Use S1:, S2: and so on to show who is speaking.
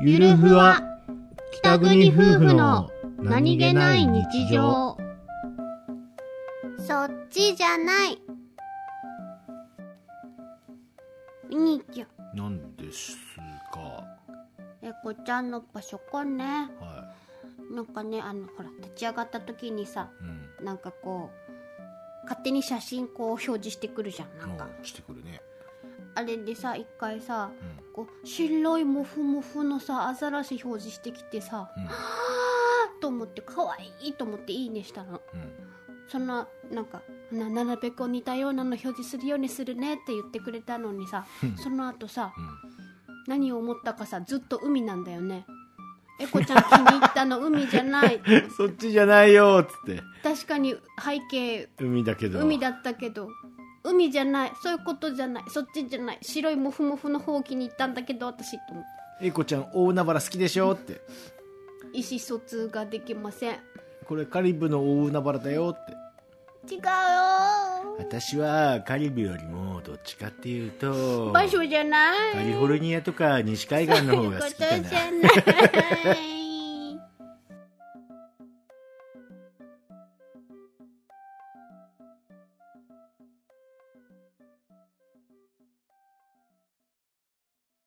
S1: ゆるふわ北国夫婦の
S2: そっちじゃないにきょ
S1: なんですか
S2: えこちゃんの場所かね
S1: は
S2: なんかねあのほら立ち上がった時にさ
S1: いうん
S2: なんかこう勝手に写真こう表示してくるじゃんなんか、
S1: うんしてくるね
S2: あれでさ一回さ
S1: うん
S2: こう白いモフモフのさアザラシ表示してきてさ
S1: うん
S2: あーと思って可愛いと思っていいねしたの
S1: うん
S2: そんななんかななるべく似たようなの表示するようにするねって言ってくれたのにさその後さ何を思ったかさずっと海なんだよねえこちゃん気に入ったの海じゃない
S1: うん そっちじゃないよーっつって
S2: 確かに背景
S1: 海だけど
S2: 海だったけど海じゃないそういうことじゃないそっちじゃない白いモフモフの方を気に入ったんだけど私と思って
S1: えいこちゃん大海原好きでしょって
S2: 意思疎通ができません違う
S1: これカリブの大海原だよって
S2: よ
S1: 私はカリブよりもどっちかっていうと
S2: ー場所じゃない
S1: カリフォルニアとか西海岸の方が好きか
S2: そういうことじ
S1: な
S2: ゃない